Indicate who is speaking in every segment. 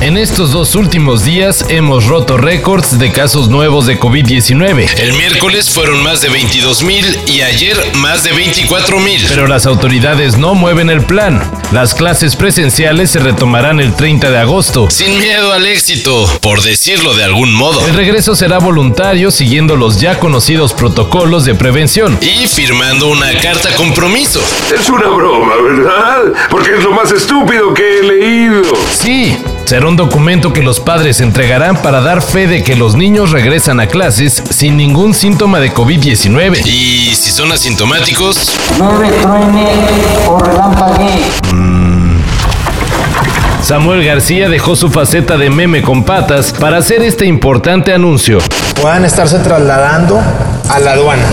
Speaker 1: En estos dos últimos días hemos roto récords de casos nuevos de COVID-19. El miércoles fueron más de 22 mil y ayer más de 24 mil. Pero las autoridades no mueven el plan. Las clases presenciales se retomarán el 30 de agosto. Sin miedo al éxito, por decirlo de algún modo. El regreso será voluntario siguiendo los ya conocidos protocolos de prevención. Y firmando una carta compromiso.
Speaker 2: Es una broma, ¿verdad? Porque es lo más estúpido que he leído.
Speaker 1: Sí, será un documento que los padres entregarán para dar fe de que los niños regresan a clases sin ningún síntoma de COVID-19. Y si son asintomáticos,
Speaker 3: llueve, truene o relampaguee.
Speaker 1: Samuel García dejó su faceta de meme con patas para hacer este importante anuncio.
Speaker 4: puedan estarse trasladando a la aduana.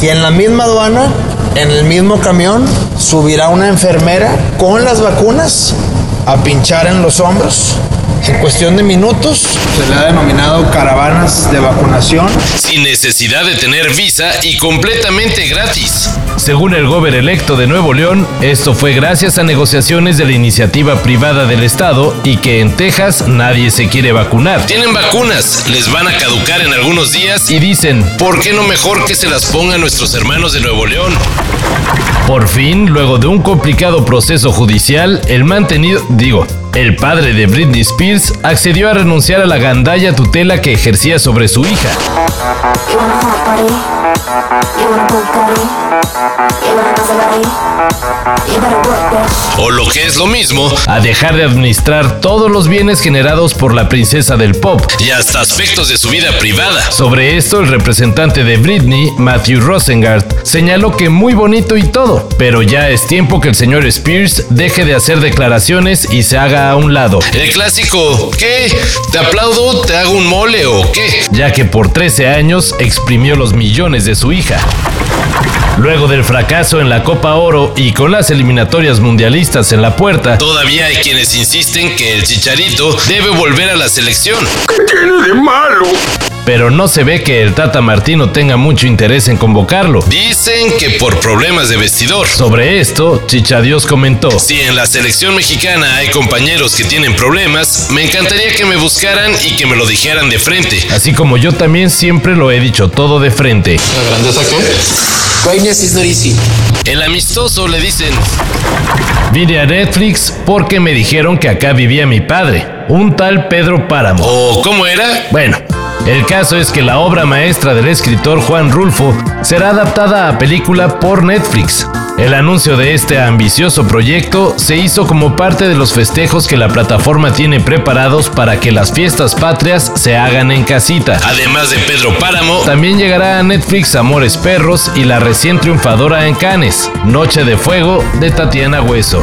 Speaker 4: Y en la misma aduana, en el mismo camión, subirá una enfermera con las vacunas a pinchar en los hombros. En cuestión de minutos, se le ha denominado caravanas de vacunación.
Speaker 1: sin necesidad de tener visa y completamente gratis. Según el gober electo de Nuevo León, esto fue gracias a negociaciones de la iniciativa privada del Estado y que en Texas nadie se quiere vacunar. Tienen vacunas, les van a caducar en algunos días y dicen, ¿por qué no mejor que se las pongan nuestros hermanos de Nuevo León? Por fin, luego de un complicado proceso judicial, el mantenido, digo, el padre de Britney Spears accedió a renunciar a la gandalla tutela que ejercía sobre su hija.
Speaker 5: You wanna fuck buddy? You wanna poop buddy? You wanna Maserati? You better work, bitch.
Speaker 1: o lo que es lo mismo, a dejar de administrar todos los bienes generados por la princesa del pop y hasta aspectos de su vida privada. Sobre esto, el representante de Britney, Matthew Rosengart, señaló que muy bonito y todo, pero ya es tiempo que el señor Spears deje de hacer declaraciones y se haga a un lado. El clásico, ¿qué? ¿Te aplaudo? ¿Te hago un mole o qué? Ya que por 13 años exprimió los millones de su hija. Luego del fracaso en la Copa Oro y con las eliminatorias mundialistas en la puerta, todavía hay quienes insisten que el Chicharito debe volver a la selección.
Speaker 2: ¿Qué tiene de malo?
Speaker 1: Pero no se ve que el Tata Martino tenga mucho interés en convocarlo. Dicen que por problemas de vestidor. Sobre esto, Chichadios comentó. Si en la selección mexicana hay compañeros que tienen problemas, me encantaría que me buscaran y que me lo dijeran de frente. Así como yo también siempre lo he dicho todo de frente.
Speaker 6: Greatness is not easy.
Speaker 1: El amistoso le dicen. Vine a Netflix porque me dijeron que acá vivía mi padre, un tal Pedro Páramo. ¿O cómo era? Bueno, el caso es que la obra maestra del escritor Juan Rulfo será adaptada a película por Netflix. El anuncio de este ambicioso proyecto se hizo como parte de los festejos que la plataforma tiene preparados para que las fiestas patrias se hagan en casita. Además de Pedro Páramo, también llegará a Netflix Amores Perros y la recién triunfadora en Cannes, Noche de Fuego de Tatiana Hueso.